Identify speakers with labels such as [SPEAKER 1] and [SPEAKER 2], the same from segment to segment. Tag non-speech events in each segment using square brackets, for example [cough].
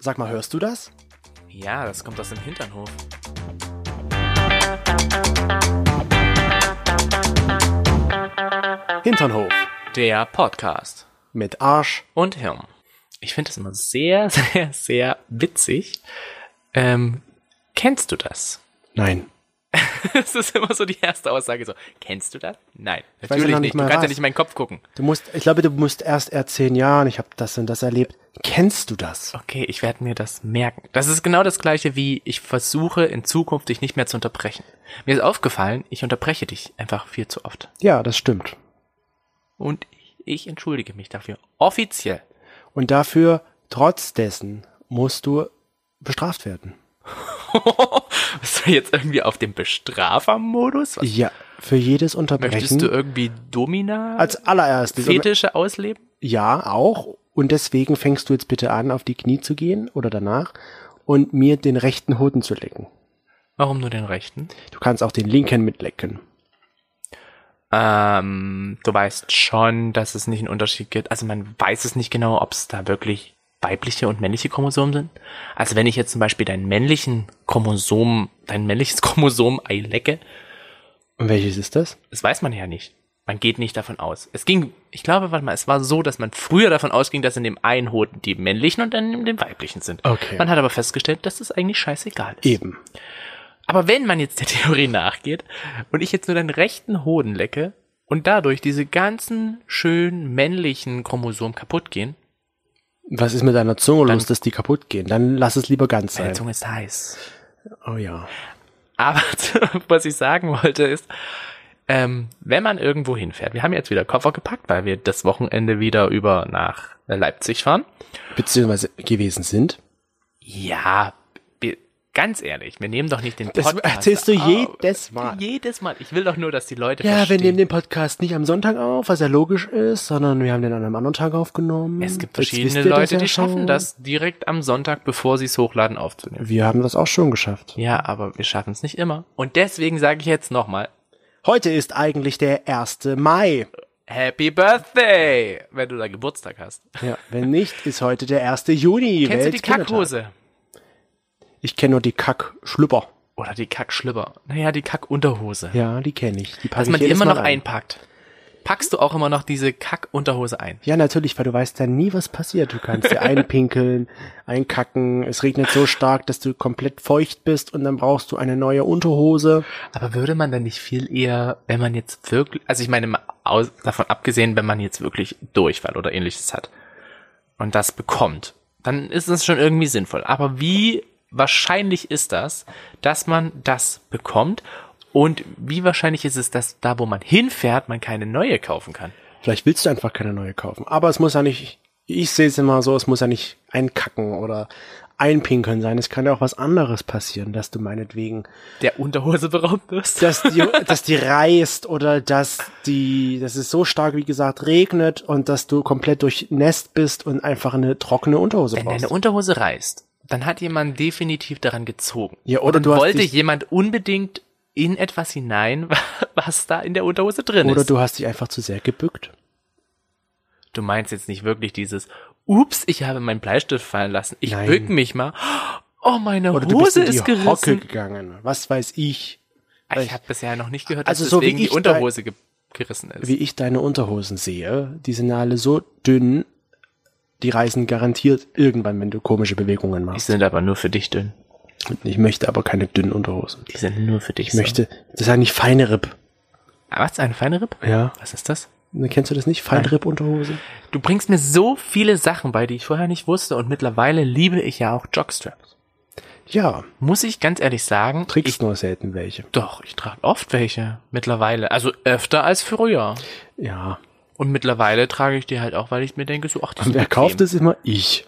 [SPEAKER 1] Sag mal, hörst du das?
[SPEAKER 2] Ja, das kommt aus dem Hinternhof.
[SPEAKER 1] Hinternhof
[SPEAKER 2] Der Podcast
[SPEAKER 1] mit Arsch.
[SPEAKER 2] und Hirn. Ich finde das immer sehr, [laughs] sehr, sehr witzig. Ähm, kennst du das? [laughs]
[SPEAKER 1] Nein.
[SPEAKER 2] Das ist immer so die erste Aussage so. Kennst du das? Nein,
[SPEAKER 1] weiß ja
[SPEAKER 2] natürlich
[SPEAKER 1] noch nicht
[SPEAKER 2] nicht. Du
[SPEAKER 1] mal
[SPEAKER 2] kannst ja
[SPEAKER 1] was.
[SPEAKER 2] nicht in meinen Kopf gucken.
[SPEAKER 1] Du musst, ich glaube, du musst erst eher zehn Jahren. Ich habe das und das erlebt. Kennst du das?
[SPEAKER 2] Okay, ich werde mir das merken. Das ist genau das gleiche wie ich versuche in Zukunft dich nicht mehr zu unterbrechen. Mir ist aufgefallen, ich unterbreche dich einfach viel zu oft.
[SPEAKER 1] Ja, das stimmt.
[SPEAKER 2] Und ich entschuldige mich dafür. Offiziell.
[SPEAKER 1] Und dafür, trotz dessen, musst du bestraft werden.
[SPEAKER 2] [laughs] Bist du jetzt irgendwie auf dem Bestrafermodus? Was-
[SPEAKER 1] Ja, äh, für jedes Unterbrechen.
[SPEAKER 2] Möchtest du irgendwie Domina
[SPEAKER 1] als allererstes.
[SPEAKER 2] Fetische ausleben?
[SPEAKER 1] Ja, auch. Und deswegen fängst du jetzt bitte an, auf die Knie zu gehen oder danach und mir den rechten Hoden zu lecken.
[SPEAKER 2] Warum nur den rechten?
[SPEAKER 1] Du kannst auch den linken mitlecken.
[SPEAKER 2] Ähm, du weißt schon, dass es nicht einen Unterschied gibt. Also man weiß es nicht genau, ob es da wirklich weibliche und männliche Chromosomen sind. Also wenn ich jetzt zum Beispiel deinen männlichen Chromosom, dein männliches [laughs] Chromosom Ei lecke,
[SPEAKER 1] Und welches ist das?
[SPEAKER 2] das weiß man ja nicht. Man geht nicht davon aus. Es ging, ich glaube, warte mal, es war so, dass man früher davon ausging, dass in dem einen Hoden die männlichen und dann in dem weiblichen sind.
[SPEAKER 1] Okay.
[SPEAKER 2] Man hat aber festgestellt, dass das eigentlich scheißegal ist.
[SPEAKER 1] Eben.
[SPEAKER 2] Aber wenn man jetzt der Theorie nachgeht und ich jetzt nur den rechten Hoden lecke und dadurch diese ganzen schön männlichen Chromosomen kaputt gehen,
[SPEAKER 1] Was ist mit deiner Zunge los, dass die kaputt gehen? Dann lass es lieber ganz
[SPEAKER 2] meine
[SPEAKER 1] sein.
[SPEAKER 2] Zunge ist heiß.
[SPEAKER 1] Oh ja.
[SPEAKER 2] Aber [laughs] was ich sagen wollte ist, ähm, wenn man irgendwo hinfährt, wir haben jetzt wieder Koffer gepackt, weil wir das Wochenende wieder über nach Leipzig fahren.
[SPEAKER 1] Beziehungsweise gewesen sind.
[SPEAKER 2] Ja, bi- ganz ehrlich, wir nehmen doch nicht den
[SPEAKER 1] Das
[SPEAKER 2] Podcast.
[SPEAKER 1] erzählst du
[SPEAKER 2] auf.
[SPEAKER 1] jedes Mal.
[SPEAKER 2] Jedes Mal. Ich will doch nur, dass die Leute
[SPEAKER 1] Ja, wir
[SPEAKER 2] verstehen.
[SPEAKER 1] nehmen den Podcast nicht am Sonntag auf, was ja logisch ist, sondern wir haben den an einem anderen Tag aufgenommen.
[SPEAKER 2] Es gibt
[SPEAKER 1] Jetzt
[SPEAKER 2] verschiedene
[SPEAKER 1] wisst ihr das
[SPEAKER 2] Leute,
[SPEAKER 1] ja
[SPEAKER 2] die schaffen
[SPEAKER 1] schon.
[SPEAKER 2] das direkt am Sonntag, bevor sie es hochladen, aufzunehmen.
[SPEAKER 1] Wir haben das auch schon geschafft.
[SPEAKER 2] Ja, aber wir schaffen es nicht immer. Und deswegen sage ich jetzt nochmal,
[SPEAKER 1] Heute ist eigentlich der 1. Mai.
[SPEAKER 2] Happy Birthday, wenn du da Geburtstag
[SPEAKER 1] [laughs]
[SPEAKER 2] hast.
[SPEAKER 1] Ja, wenn nicht, ist heute der 1. Juni.
[SPEAKER 2] Kennst du die
[SPEAKER 1] Weltkindertag.
[SPEAKER 2] Kackhose?
[SPEAKER 1] Ich kenne nur die Kack-Schlüpper.
[SPEAKER 2] Oder die Kackschlipper? Naja, die Kackunterhose.
[SPEAKER 1] Ja, die kenne ich. Die
[SPEAKER 2] Dass
[SPEAKER 1] passe ich
[SPEAKER 2] man die
[SPEAKER 1] jedes
[SPEAKER 2] immer
[SPEAKER 1] Mal
[SPEAKER 2] noch
[SPEAKER 1] ein.
[SPEAKER 2] einpackt. Packst du auch immer noch diese Kackunterhose ein?
[SPEAKER 1] Ja, natürlich, weil du weißt ja nie, was passiert. Du kannst dir [laughs] einpinkeln, einkacken. Es regnet so stark, dass du komplett feucht bist und dann brauchst du eine neue Unterhose.
[SPEAKER 2] Aber würde man dann nicht viel eher, wenn man jetzt wirklich, also ich meine, mal aus, davon abgesehen, wenn man jetzt wirklich Durchfall oder ähnliches hat und das bekommt, dann ist es schon irgendwie sinnvoll. Aber wie wahrscheinlich ist das, dass man das bekommt und wie wahrscheinlich ist es, dass da, wo man hinfährt, man keine neue kaufen kann?
[SPEAKER 1] Vielleicht willst du einfach keine neue kaufen. Aber es muss ja nicht, ich sehe es immer so, es muss ja nicht einkacken oder einpinkeln sein. Es kann ja auch was anderes passieren, dass du meinetwegen,
[SPEAKER 2] Der Unterhose beraubt wirst?
[SPEAKER 1] dass [laughs] die, dass die reißt oder dass die, dass es so stark, wie gesagt, regnet und dass du komplett durchnässt bist und einfach eine trockene Unterhose
[SPEAKER 2] Wenn
[SPEAKER 1] brauchst.
[SPEAKER 2] deine Unterhose reißt, dann hat jemand definitiv daran gezogen.
[SPEAKER 1] Ja, oder
[SPEAKER 2] Und
[SPEAKER 1] du hast
[SPEAKER 2] wollte
[SPEAKER 1] dich-
[SPEAKER 2] jemand unbedingt in etwas hinein, [laughs] was da in der Unterhose drin
[SPEAKER 1] Oder
[SPEAKER 2] ist.
[SPEAKER 1] du hast dich einfach zu sehr gebückt.
[SPEAKER 2] Du meinst jetzt nicht wirklich dieses, ups, ich habe meinen Bleistift fallen lassen. Ich
[SPEAKER 1] Nein.
[SPEAKER 2] bück mich mal. Oh, meine
[SPEAKER 1] Oder du bist
[SPEAKER 2] Hose
[SPEAKER 1] in die
[SPEAKER 2] ist gerissen. Ah,
[SPEAKER 1] Hocke gegangen. Was weiß ich,
[SPEAKER 2] Ich habe bisher noch nicht gehört, dass
[SPEAKER 1] Also so wie
[SPEAKER 2] deswegen die
[SPEAKER 1] ich da-
[SPEAKER 2] Unterhose ge gerissen ist.
[SPEAKER 1] wie ich deine Unterhosen sehe. Die sind ja alle so dünn, die reißen garantiert irgendwann, wenn du komische Bewegungen
[SPEAKER 2] Die
[SPEAKER 1] machst.
[SPEAKER 2] sind aber nur für dich dünn.
[SPEAKER 1] Ich möchte aber keine dünnen Unterhosen.
[SPEAKER 2] Die sind nur für dich.
[SPEAKER 1] Ich möchte, das ist eigentlich Feinripp.
[SPEAKER 2] Ah, Was, eine feine Rippe?
[SPEAKER 1] Ja.
[SPEAKER 2] Was ist das?
[SPEAKER 1] Kennst du das nicht? Feinripp-Unterhose?
[SPEAKER 2] Du bringst mir so viele Sachen bei, die ich vorher nicht wusste und mittlerweile liebe ich ja auch Jockstraps.
[SPEAKER 1] Ja,
[SPEAKER 2] Muss ich ganz ehrlich sagen,
[SPEAKER 1] trägst
[SPEAKER 2] ich,
[SPEAKER 1] nur selten welche.
[SPEAKER 2] doch, ich trage oft welche mittlerweile. Also öfter als früher.
[SPEAKER 1] Ja.
[SPEAKER 2] Und mittlerweile trage ich die halt auch, weil ich mir denke, so, ach, die
[SPEAKER 1] Und
[SPEAKER 2] sind
[SPEAKER 1] wer
[SPEAKER 2] bequem.
[SPEAKER 1] kauft es immer? Ich.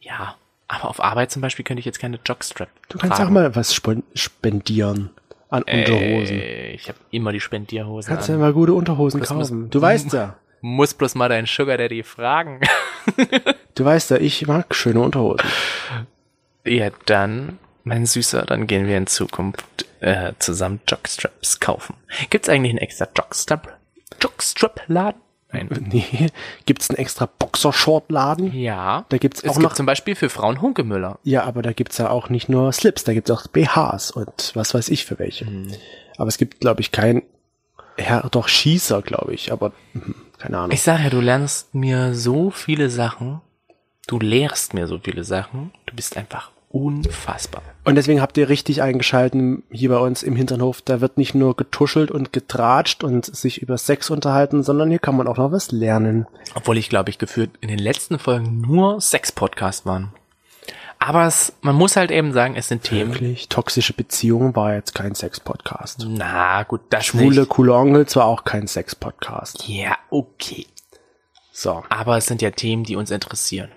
[SPEAKER 2] Ja, aber auf Arbeit zum Beispiel könnte ich jetzt keine Jogstrap
[SPEAKER 1] Du kannst auch
[SPEAKER 2] tragen.
[SPEAKER 1] mal was spon- spendieren an Unterhosen.
[SPEAKER 2] Äh, ich habe immer die Spendierhosen
[SPEAKER 1] Kannst du ja
[SPEAKER 2] an.
[SPEAKER 1] mal gute Unterhosen
[SPEAKER 2] Das muss-
[SPEAKER 1] kaufen. Du weißt ja.
[SPEAKER 2] Muss bloß mal deinen Sugar Daddy fragen. [laughs]
[SPEAKER 1] Du weißt ja, ich mag schöne Unterhosen.
[SPEAKER 2] ja, dann, mein Süßer, dann gehen wir in Zukunft äh, zusammen Jogstraps kaufen. Gibt's eigentlich einen extra Jogstrap? Jogstrap-Laden? Nein.
[SPEAKER 1] [laughs] Nee. Gibt's einen extra Boxershort-Laden?
[SPEAKER 2] Ja.
[SPEAKER 1] Da gibt's
[SPEAKER 2] Es
[SPEAKER 1] auch
[SPEAKER 2] gibt
[SPEAKER 1] noch.
[SPEAKER 2] zum Beispiel für Frauen Hunkemüller.
[SPEAKER 1] Ja, aber da gibt's ja auch nicht nur Slips, da gibt's auch BHs und was weiß ich für welche. Aber es gibt, glaube ich, kein. Ja, doch Schießer, glaube ich, aber hm, keine Ahnung.
[SPEAKER 2] Ich sag ja, du lernst mir so viele Sachen. Du lehrst mir so viele Sachen. Du bist einfach unfassbar.
[SPEAKER 1] Und deswegen habt ihr richtig eingeschalten hier bei uns im Hinternhof. Da wird nicht nur getuschelt und getratscht und sich über Sex unterhalten, sondern hier kann man auch noch was lernen.
[SPEAKER 2] Obwohl ich, glaube ich, geführt in den letzten Folgen nur Sex-Podcasts waren. Aber es, man muss halt eben sagen, es sind Themen.
[SPEAKER 1] Wirklich, toxische Beziehung war jetzt kein Sex-Podcast.
[SPEAKER 2] Na gut, das
[SPEAKER 1] Schwule
[SPEAKER 2] nicht.
[SPEAKER 1] coole Onkels war auch kein Sex-Podcast.
[SPEAKER 2] Ja, okay.
[SPEAKER 1] So,
[SPEAKER 2] Aber es sind ja Themen, die uns interessieren.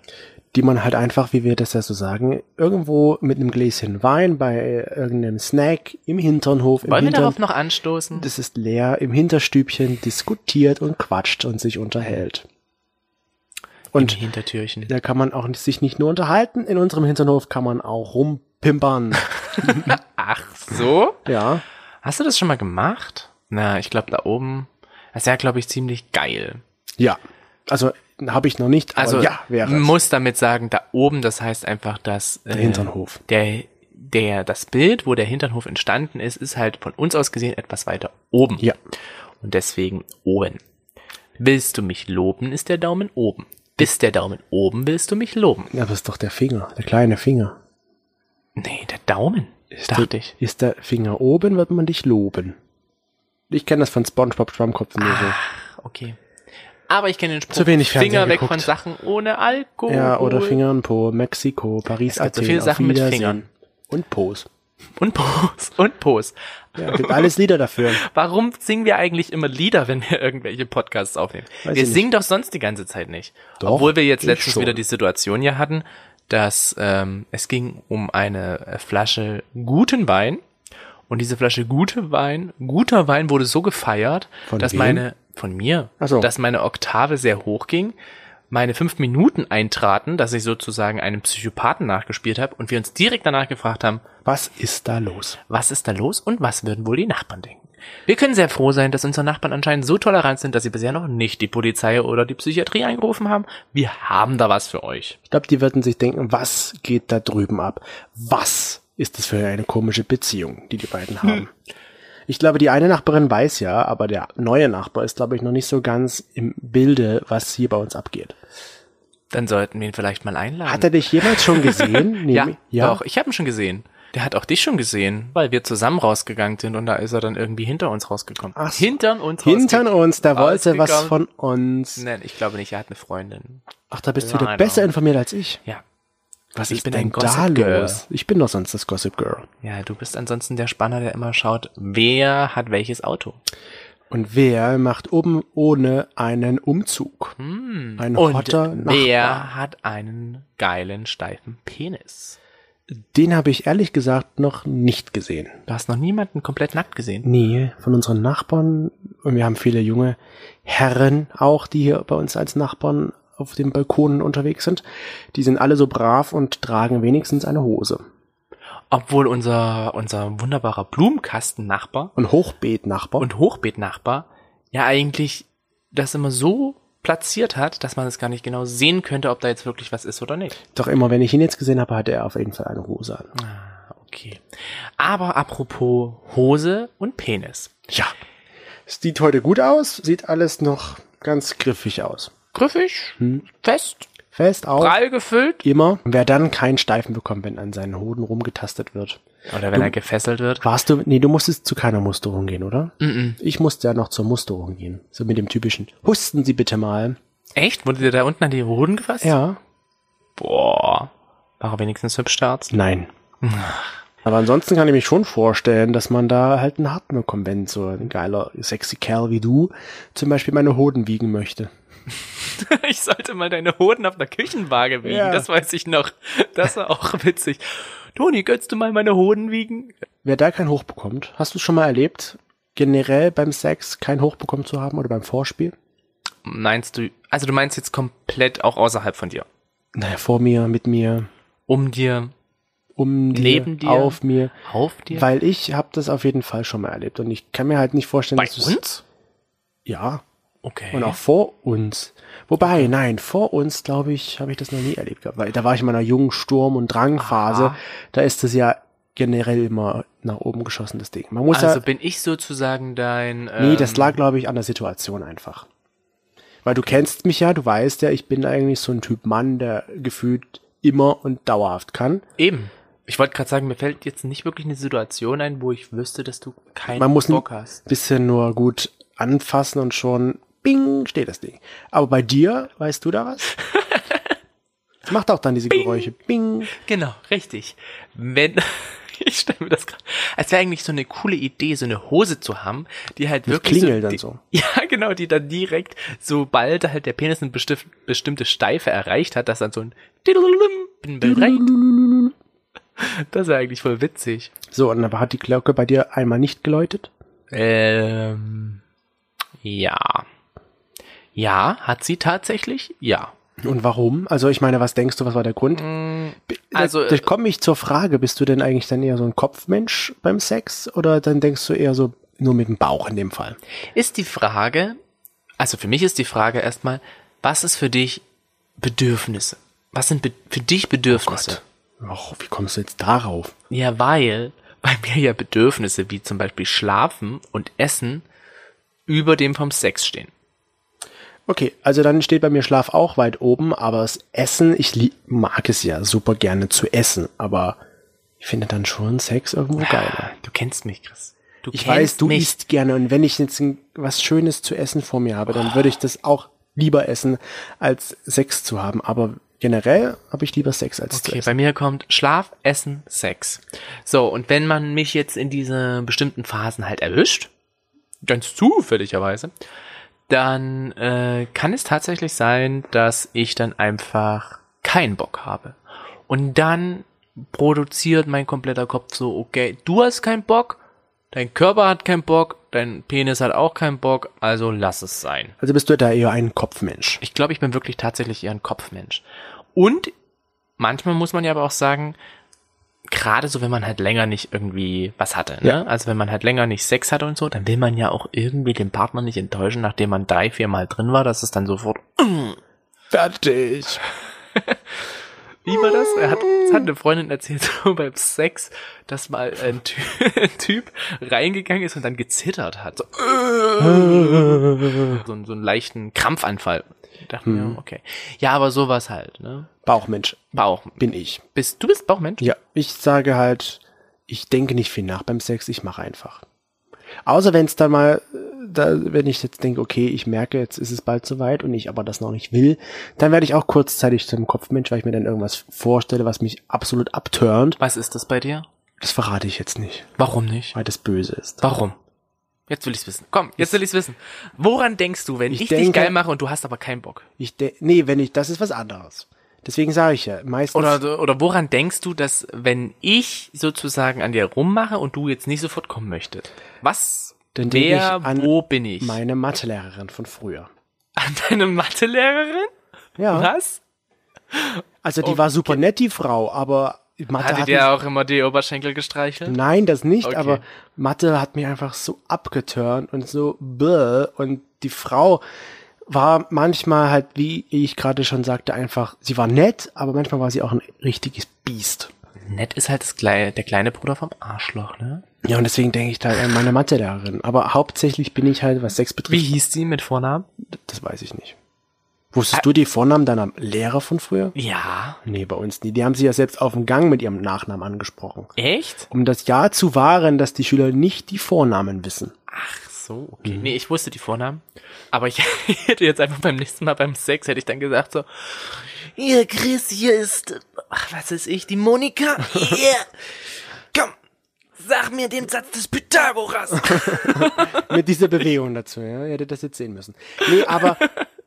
[SPEAKER 1] die man halt einfach, wie wir das ja so sagen, irgendwo mit einem Gläschen Wein bei irgendeinem Snack im Hinternhof, im
[SPEAKER 2] Wollen wir
[SPEAKER 1] Hintern,
[SPEAKER 2] darauf noch anstoßen?
[SPEAKER 1] das ist leer, im Hinterstübchen diskutiert und quatscht und sich unterhält. Und
[SPEAKER 2] Im Hintertürchen.
[SPEAKER 1] Da kann man auch nicht- sich nicht nur unterhalten, in unserem Hinternhof kann man auch
[SPEAKER 2] [laughs]
[SPEAKER 1] rumpimpern.
[SPEAKER 2] Ach so?
[SPEAKER 1] ja.
[SPEAKER 2] Hast du das schon mal gemacht? Na, ich glaube, da oben. Das wäre, glaube ich, ziemlich geil.
[SPEAKER 1] Ja. Also habe ich noch nicht, aber
[SPEAKER 2] Also,
[SPEAKER 1] ja, wäre es.
[SPEAKER 2] muss damit sagen, da oben, das heißt einfach, dass äh,
[SPEAKER 1] Hinternhof.
[SPEAKER 2] Der, der, das Bild, wo der Hinternhof entstanden ist, ist halt von uns aus gesehen etwas weiter oben.
[SPEAKER 1] Ja.
[SPEAKER 2] Und deswegen oben. Willst du mich loben, ist der Daumen oben. Bis der Daumen oben willst du mich loben.
[SPEAKER 1] Ja, das ist doch der Finger, der kleine Finger.
[SPEAKER 2] Nee, der Daumen, dachte ich.
[SPEAKER 1] Ist der Finger oben, wird man dich loben. Ich kenne das von SpongeBob Schwammkopf nur
[SPEAKER 2] Ah.
[SPEAKER 1] so.
[SPEAKER 2] Okay. Aber ich kenne den Spruch.
[SPEAKER 1] Zu wenig Fernsehen
[SPEAKER 2] Finger weg
[SPEAKER 1] geguckt.
[SPEAKER 2] von Sachen ohne Alkohol.
[SPEAKER 1] Ja, oder Finger und Po, Mexiko, Paris,
[SPEAKER 2] Oh, gibt so
[SPEAKER 1] Athen,
[SPEAKER 2] viele
[SPEAKER 1] auf
[SPEAKER 2] Sachen mit
[SPEAKER 1] Wiedersehen.
[SPEAKER 2] Fingern.
[SPEAKER 1] Und Pos.
[SPEAKER 2] Und Pos. Und Pos.
[SPEAKER 1] Ja, gibt alles Lieder dafür.
[SPEAKER 2] Warum singen wir eigentlich immer Lieder, wenn wir irgendwelche Podcasts aufnehmen?
[SPEAKER 1] Weiß ich
[SPEAKER 2] wir
[SPEAKER 1] nicht.
[SPEAKER 2] singen doch sonst die ganze Zeit nicht.
[SPEAKER 1] Doch,
[SPEAKER 2] Obwohl wir jetzt
[SPEAKER 1] ich
[SPEAKER 2] letztens
[SPEAKER 1] schon.
[SPEAKER 2] wieder die Situation hier hatten, dass ähm, es ging um eine äh, Flasche guten Wein. Und diese Flasche gute Wein, guter Wein wurde so gefeiert,
[SPEAKER 1] Von
[SPEAKER 2] dass
[SPEAKER 1] wem?
[SPEAKER 2] meine, von mir,
[SPEAKER 1] Ach so.
[SPEAKER 2] dass meine Oktave sehr hoch ging, meine fünf Minuten eintraten, dass ich sozusagen einem Psychopathen nachgespielt habe und wir uns direkt danach gefragt haben,
[SPEAKER 1] Was ist da los?
[SPEAKER 2] was ist da los und was würden wohl die Nachbarn denken? Wir können sehr froh sein, dass unsere Nachbarn anscheinend so tolerant sind, dass sie bisher noch nicht die Polizei oder die Psychiatrie eingerufen haben. Wir haben da was für euch.
[SPEAKER 1] Ich glaube, die würden sich denken, was geht da drüben ab? Was ist das für eine komische Beziehung, die die beiden
[SPEAKER 2] Hm.
[SPEAKER 1] haben? Ich glaube, die eine Nachbarin weiß ja, aber der neue Nachbar ist, glaube ich, noch nicht so ganz im Bilde, was hier bei uns abgeht.
[SPEAKER 2] Dann sollten wir ihn vielleicht mal einladen.
[SPEAKER 1] Hat er dich jemals schon gesehen? Nee,
[SPEAKER 2] [laughs] ja,
[SPEAKER 1] ja.
[SPEAKER 2] doch, ich habe ihn schon gesehen. Der hat auch dich schon gesehen, weil wir zusammen rausgegangen sind und da ist er dann irgendwie hinter uns rausgekommen.
[SPEAKER 1] Ach so.
[SPEAKER 2] Hintern uns
[SPEAKER 1] Hintern
[SPEAKER 2] rausgekommen.
[SPEAKER 1] uns, der wollte was
[SPEAKER 2] Rausgegangen.
[SPEAKER 1] von uns.
[SPEAKER 2] Nein, ich glaube nicht, er hat eine Freundin.
[SPEAKER 1] Ach, da bist du wieder
[SPEAKER 2] Leider.
[SPEAKER 1] besser informiert als ich.
[SPEAKER 2] Ja.
[SPEAKER 1] Was
[SPEAKER 2] Ich
[SPEAKER 1] ist
[SPEAKER 2] bin
[SPEAKER 1] denn
[SPEAKER 2] ein
[SPEAKER 1] da
[SPEAKER 2] Gossip Girl.
[SPEAKER 1] los? Ich bin doch sonst das Gossip Girl.
[SPEAKER 2] Ja, du bist ansonsten der Spanner, der immer schaut, wer hat welches Auto.
[SPEAKER 1] Und wer macht oben ohne einen Umzug? Ein
[SPEAKER 2] Hm. Und
[SPEAKER 1] hotter Nachbar.
[SPEAKER 2] wer hat einen geilen, steifen Penis?
[SPEAKER 1] Den habe ich ehrlich gesagt noch nicht gesehen.
[SPEAKER 2] Du hast noch niemanden komplett nackt gesehen.
[SPEAKER 1] Nee, von unseren Nachbarn. Und wir haben viele junge Herren auch, die hier bei uns als Nachbarn auf den Balkonen unterwegs sind. Die sind alle so brav und tragen wenigstens eine Hose.
[SPEAKER 2] Obwohl unser, unser wunderbarer Blumenkasten-Nachbar
[SPEAKER 1] Und Hochbeet-Nachbar.
[SPEAKER 2] und Hochbeet-Nachbar ja eigentlich das immer so platziert hat, dass man es gar nicht genau sehen könnte, ob da jetzt wirklich was ist oder nicht.
[SPEAKER 1] doch immer, wenn ich ihn jetzt gesehen habe, hatte er auf jeden Fall eine Hose an.
[SPEAKER 2] Ah, okay. Aber apropos Hose und Penis.
[SPEAKER 1] Ja. Sieht heute gut aus, sieht alles noch ganz griffig aus.
[SPEAKER 2] Griffig, fest,
[SPEAKER 1] Fest auf.
[SPEAKER 2] prall gefüllt.
[SPEAKER 1] Immer. Und wer dann keinen Steifen bekommt, wenn an seinen Hoden rumgetastet wird.
[SPEAKER 2] Oder wenn er gefesselt wird.
[SPEAKER 1] Warst du, nee, du musstest zu keiner Musterung gehen, oder? Ich musste ja noch zur Musterung gehen. So mit dem typischen, husten Sie bitte mal.
[SPEAKER 2] Echt? Wurde dir da unten an die Hoden gefasst?
[SPEAKER 1] Ja.
[SPEAKER 2] Boah. War er wenigstens hübsch der Arzt?
[SPEAKER 1] Nein. Aber ansonsten kann ich mich schon vorstellen, dass man da halt einen harten bekommt, wenn so ein geiler, sexy Kerl wie du zum Beispiel meine Hoden wiegen möchte.
[SPEAKER 2] [laughs] Ich sollte mal deine Hoden auf einer Küchenwaage wiegen,
[SPEAKER 1] Ja.
[SPEAKER 2] das weiß ich noch. Das war auch witzig. Toni, könntest du mal meine Hoden wiegen?
[SPEAKER 1] Wer da kein Hoch bekommt, hast du schon mal erlebt, generell beim Sex kein Hoch bekommen zu haben oder beim Vorspiel?
[SPEAKER 2] Meinst du, also du meinst jetzt komplett auch außerhalb von dir?
[SPEAKER 1] Naja, vor mir, mit mir,
[SPEAKER 2] Um dir,
[SPEAKER 1] um dir,
[SPEAKER 2] Neben dir?
[SPEAKER 1] auf mir.
[SPEAKER 2] auf dir?
[SPEAKER 1] Weil ich habe das auf jeden Fall schon mal erlebt und ich kann mir halt nicht vorstellen,
[SPEAKER 2] Bei
[SPEAKER 1] dass du's-
[SPEAKER 2] uns?
[SPEAKER 1] Ja.
[SPEAKER 2] Okay.
[SPEAKER 1] Und auch vor uns. Wobei, nein, vor uns, glaube ich, habe ich das noch nie erlebt gehabt. Weil da war ich in meiner jungen Sturm- und Drangphase.
[SPEAKER 2] Ah.
[SPEAKER 1] Da ist es ja generell immer nach oben geschossen, das Ding. Man muss
[SPEAKER 2] also
[SPEAKER 1] ja.
[SPEAKER 2] bin ich sozusagen dein.
[SPEAKER 1] Nee,
[SPEAKER 2] ähm,
[SPEAKER 1] das lag, glaube ich, an der Situation einfach. Weil du kennst mich ja, du weißt ja, ich bin eigentlich so ein Typ Mann, der gefühlt immer und dauerhaft kann.
[SPEAKER 2] Eben. Ich wollte gerade sagen, mir fällt jetzt nicht wirklich eine Situation ein, wo ich wüsste, dass du keinen
[SPEAKER 1] Man muss
[SPEAKER 2] Bock
[SPEAKER 1] ein
[SPEAKER 2] hast.
[SPEAKER 1] bisschen nur gut anfassen und schon bing steht das Ding. Aber bei dir, weißt du da was?
[SPEAKER 2] [laughs]
[SPEAKER 1] Das macht auch dann diese Geräusche. Bing.
[SPEAKER 2] Genau, richtig. Wenn [laughs] ich stelle mir das gerade, als wäre eigentlich so eine coole Idee, so eine Hose zu haben, die halt
[SPEAKER 1] Mit
[SPEAKER 2] wirklich
[SPEAKER 1] Klingel
[SPEAKER 2] so,
[SPEAKER 1] dann
[SPEAKER 2] die,
[SPEAKER 1] so.
[SPEAKER 2] [laughs] Ja, genau, die dann direkt, sobald halt der Penis eine bestif- bestimmte Steife erreicht hat, dass dann so ein Diddlelum, bin bereit. Das wäre eigentlich voll witzig.
[SPEAKER 1] So, und aber hat die Glocke bei dir einmal nicht geläutet?
[SPEAKER 2] Ähm, ja. Ja, hat sie tatsächlich? Ja.
[SPEAKER 1] Und warum? Also ich meine, was denkst du, was war der Grund? Äh,
[SPEAKER 2] Also,
[SPEAKER 1] da, da komme ich zur Frage, bist du denn eigentlich dann eher so ein Kopfmensch beim Sex oder dann denkst du eher so nur mit dem Bauch in dem Fall?
[SPEAKER 2] ist die Frage, also für mich ist die Frage erstmal, was ist für dich Bedürfnisse? Was sind be für dich Bedürfnisse?
[SPEAKER 1] Och, wie kommst du jetzt darauf?
[SPEAKER 2] ja, weil bei mir ja Bedürfnisse wie zum Beispiel Schlafen und Essen über dem vom Sex stehen.
[SPEAKER 1] Okay, also dann steht bei mir Schlaf auch weit oben, aber das Essen, ich lie- mag es ja super gerne zu essen, aber ich finde dann schon Sex irgendwo geiler.
[SPEAKER 2] Du kennst mich, Chris. Du
[SPEAKER 1] Ich
[SPEAKER 2] kennst
[SPEAKER 1] weiß, du
[SPEAKER 2] mich.
[SPEAKER 1] isst gerne und wenn ich jetzt ein, was Schönes zu essen vor mir habe, dann würde ich das auch lieber essen, als Sex zu haben. Aber generell habe ich lieber Sex als zu
[SPEAKER 2] Okay,
[SPEAKER 1] essen.
[SPEAKER 2] bei mir kommt Schlaf, Essen, Sex. So, und wenn man mich jetzt in diese bestimmten Phasen halt erwischt, ganz zufälligerweise, dann äh, kann es tatsächlich sein, dass ich dann einfach keinen Bock habe. Und dann produziert mein kompletter Kopf so, okay, du hast keinen Bock, dein Körper hat keinen Bock, dein Penis hat auch keinen Bock, also lass es sein.
[SPEAKER 1] Also bist du da eher ein Kopfmensch.
[SPEAKER 2] Ich glaube, ich bin wirklich tatsächlich eher ein Kopfmensch. Und manchmal muss man ja aber auch sagen, gerade so, wenn man halt länger nicht irgendwie was hatte, ne?
[SPEAKER 1] Ja.
[SPEAKER 2] Also wenn man halt länger nicht Sex hatte und so, dann will man ja auch irgendwie den Partner nicht enttäuschen, nachdem man drei, vier Mal drin war, dass es dann sofort,
[SPEAKER 1] Fertig.
[SPEAKER 2] wie war das? Er hat, es hat eine Freundin erzählt, [laughs] so beim Sex, dass mal ein, Ty [laughs] ein Typ reingegangen ist und dann gezittert hat. So, so, einen- so einen leichten Krampfanfall. Ich dachte mir, okay. Ja, aber sowas halt, ne?
[SPEAKER 1] Bauchmensch
[SPEAKER 2] Bauch,
[SPEAKER 1] bin ich.
[SPEAKER 2] Bist du bist Bauchmensch?
[SPEAKER 1] Ja, ich sage halt, ich denke nicht viel nach beim Sex, ich mache einfach. Außer wenn es dann mal, äh, da, wenn ich jetzt denke, okay, ich merke, jetzt ist es bald soweit und ich aber das noch nicht will, dann werde ich auch kurzzeitig zum Kopfmensch, weil ich mir dann irgendwas vorstelle, was mich absolut abturnt.
[SPEAKER 2] Was ist das bei dir?
[SPEAKER 1] Das verrate ich jetzt nicht,
[SPEAKER 2] Warum nicht?
[SPEAKER 1] weil das böse ist.
[SPEAKER 2] Warum? Jetzt will ich's wissen. Komm, jetzt will ich's wissen. Woran denkst du, wenn ich,
[SPEAKER 1] Ich
[SPEAKER 2] dich
[SPEAKER 1] denke-
[SPEAKER 2] geil mache und du hast aber keinen Bock?
[SPEAKER 1] Ich de nee, wenn ich, das ist was anderes. Deswegen sage ich ja, meistens.
[SPEAKER 2] Oder, oder woran denkst du, dass wenn ich sozusagen an dir rummache und du jetzt nicht sofort kommen möchtest? Was?
[SPEAKER 1] Dann denk
[SPEAKER 2] wer,
[SPEAKER 1] ich an
[SPEAKER 2] wo bin ich?
[SPEAKER 1] meine Mathelehrerin von früher.
[SPEAKER 2] An deine Mathelehrerin?
[SPEAKER 1] Ja.
[SPEAKER 2] Was?
[SPEAKER 1] Also die war super nett, die Frau, aber Mathe
[SPEAKER 2] Hatte
[SPEAKER 1] hat
[SPEAKER 2] dir auch immer die Oberschenkel gestreichelt?
[SPEAKER 1] Nein, das nicht,
[SPEAKER 2] Okay.
[SPEAKER 1] aber Mathe hat mich einfach so abgeturnt und so bäh. Und die Frau war manchmal halt, wie ich gerade schon sagte, einfach, sie war nett, aber manchmal war sie auch ein richtiges Biest.
[SPEAKER 2] Nett ist halt das kleine, der kleine Bruder vom Arschloch, ne?
[SPEAKER 1] Ja, und deswegen denke ich da an meine Mathelehrerin. Aber hauptsächlich bin ich halt, was Sex
[SPEAKER 2] Wie
[SPEAKER 1] betrifft,
[SPEAKER 2] hieß die mit Vornamen?
[SPEAKER 1] das weiß ich nicht. Wusstest du die Vornamen deiner Lehrer von früher?
[SPEAKER 2] Ja.
[SPEAKER 1] Nee, bei uns nie. Die haben sie ja selbst auf dem Gang mit ihrem Nachnamen angesprochen.
[SPEAKER 2] Echt?
[SPEAKER 1] Um das Ja zu wahren, dass die Schüler nicht die Vornamen wissen.
[SPEAKER 2] Ach so, okay. Nee, ich wusste die Vornamen. Aber ich [laughs] hätte jetzt einfach beim nächsten Mal beim Sex, hätte ich dann gesagt so, hier Chris, hier ist, ach, was ist ich, die Monika? Hier, komm, sag mir den Satz des Pythagoras.
[SPEAKER 1] mit
[SPEAKER 2] [laughs]
[SPEAKER 1] dieser Bewegung dazu. Ja, ihr hättet das jetzt sehen müssen. Nee, aber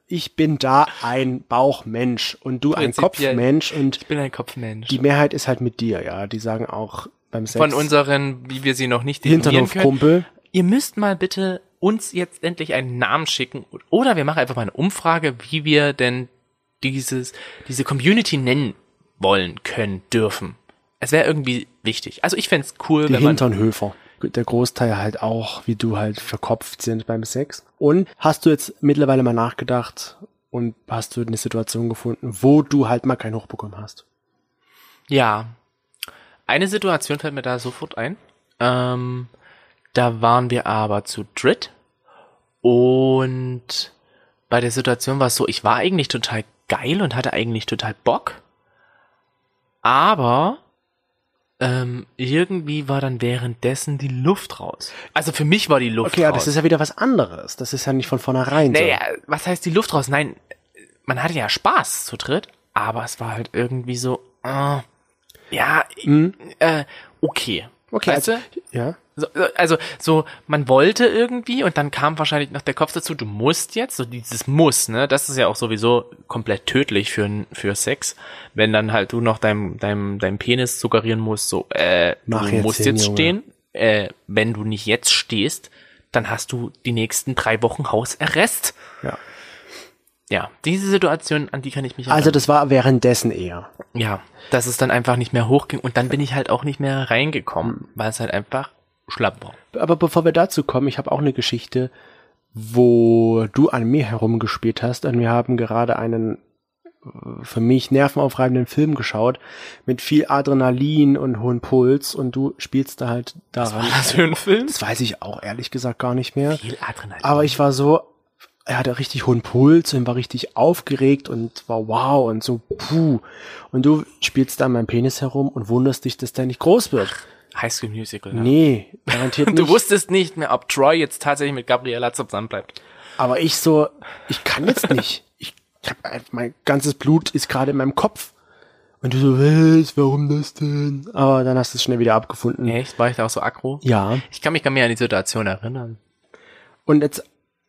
[SPEAKER 1] ich bin da ein Bauchmensch und du ein
[SPEAKER 2] Prinzipiell.
[SPEAKER 1] Kopfmensch und
[SPEAKER 2] Ich bin ein Kopfmensch.
[SPEAKER 1] die Mehrheit ist halt mit dir, ja. Die sagen auch beim Sex
[SPEAKER 2] Von unseren, wie wir sie noch nicht definieren können.
[SPEAKER 1] Hinterhofkumpel.
[SPEAKER 2] Ihr müsst mal bitte uns jetzt endlich einen Namen schicken oder wir machen einfach mal eine Umfrage, wie wir denn dieses, diese Community nennen wollen, können, dürfen. Es wäre irgendwie wichtig. Also ich fänd's cool,
[SPEAKER 1] Die
[SPEAKER 2] wenn man
[SPEAKER 1] Hinternhöfer. der Großteil halt auch, wie du halt verkopft sind beim Sex. Und hast du jetzt mittlerweile mal nachgedacht und hast du eine Situation gefunden, wo du halt mal keinen hochbekommen hast?
[SPEAKER 2] Ja. Eine Situation fällt mir da sofort ein. Ähm, da waren wir aber zu dritt und bei der Situation war es so, ich war eigentlich total geil und hatte eigentlich total Bock, aber ähm, irgendwie war dann währenddessen die Luft raus. Also für mich war die Luft
[SPEAKER 1] Okay,
[SPEAKER 2] raus.
[SPEAKER 1] aber das ist ja wieder was anderes. Das ist ja nicht von vornherein
[SPEAKER 2] Naja, was heißt die Luft raus? Nein, man hatte ja Spaß zu dritt, aber es war halt irgendwie so, äh, ja, äh, okay.
[SPEAKER 1] so. Hm? Okay,
[SPEAKER 2] weißt
[SPEAKER 1] also,
[SPEAKER 2] du?
[SPEAKER 1] ja.
[SPEAKER 2] So, so- also so, man wollte irgendwie und dann kam wahrscheinlich noch der Kopf dazu, du musst jetzt, so dieses Muss, ne? Das ist ja auch sowieso komplett tödlich für, für Sex, wenn dann halt du noch deinem, deinem, deinem Penis suggerieren musst, so, äh,
[SPEAKER 1] Mach
[SPEAKER 2] du
[SPEAKER 1] jetzt
[SPEAKER 2] musst
[SPEAKER 1] hin,
[SPEAKER 2] jetzt
[SPEAKER 1] Junge.
[SPEAKER 2] stehen. Äh, wenn du nicht jetzt stehst, dann hast du die nächsten drei Wochen Hausarrest.
[SPEAKER 1] ja.
[SPEAKER 2] Ja, diese Situation, an die kann ich mich
[SPEAKER 1] Also das war währenddessen eher.
[SPEAKER 2] ja, dass es dann einfach nicht mehr hochging und dann bin ich halt auch nicht mehr
[SPEAKER 1] Mhm.
[SPEAKER 2] reingekommen, weil es halt einfach schlapp war.
[SPEAKER 1] Aber bevor wir dazu kommen, ich habe auch eine Geschichte, wo du an mir herumgespielt hast und wir haben gerade einen äh, für mich nervenaufreibenden Film geschaut mit viel Adrenalin und hohem Puls und du spielst da halt daran.
[SPEAKER 2] Was für ein Film?
[SPEAKER 1] Das weiß ich auch ehrlich gesagt gar nicht mehr.
[SPEAKER 2] Viel Adrenalin.
[SPEAKER 1] Aber ich war so, er hatte richtig hohen Puls und war richtig aufgeregt und war wow und so puh. Und du spielst da an meinem Penis herum und wunderst dich, dass der nicht groß wird.
[SPEAKER 2] High School Musical. ja.
[SPEAKER 1] Nee, garantiert nicht.
[SPEAKER 2] [laughs] Du wusstest nicht mehr, ob Troy jetzt tatsächlich mit Gabriella zusammen bleibt.
[SPEAKER 1] Aber ich so, ich kann jetzt nicht. Ich, ich hab, ein- mein ganzes Blut ist gerade in meinem Kopf. Und du so, was, warum das denn? Aber dann hast du es schnell wieder abgefunden.
[SPEAKER 2] Echt? War ich da auch so aggro?
[SPEAKER 1] Ja.
[SPEAKER 2] Ich kann mich gar nicht mehr an die Situation erinnern.
[SPEAKER 1] Und jetzt,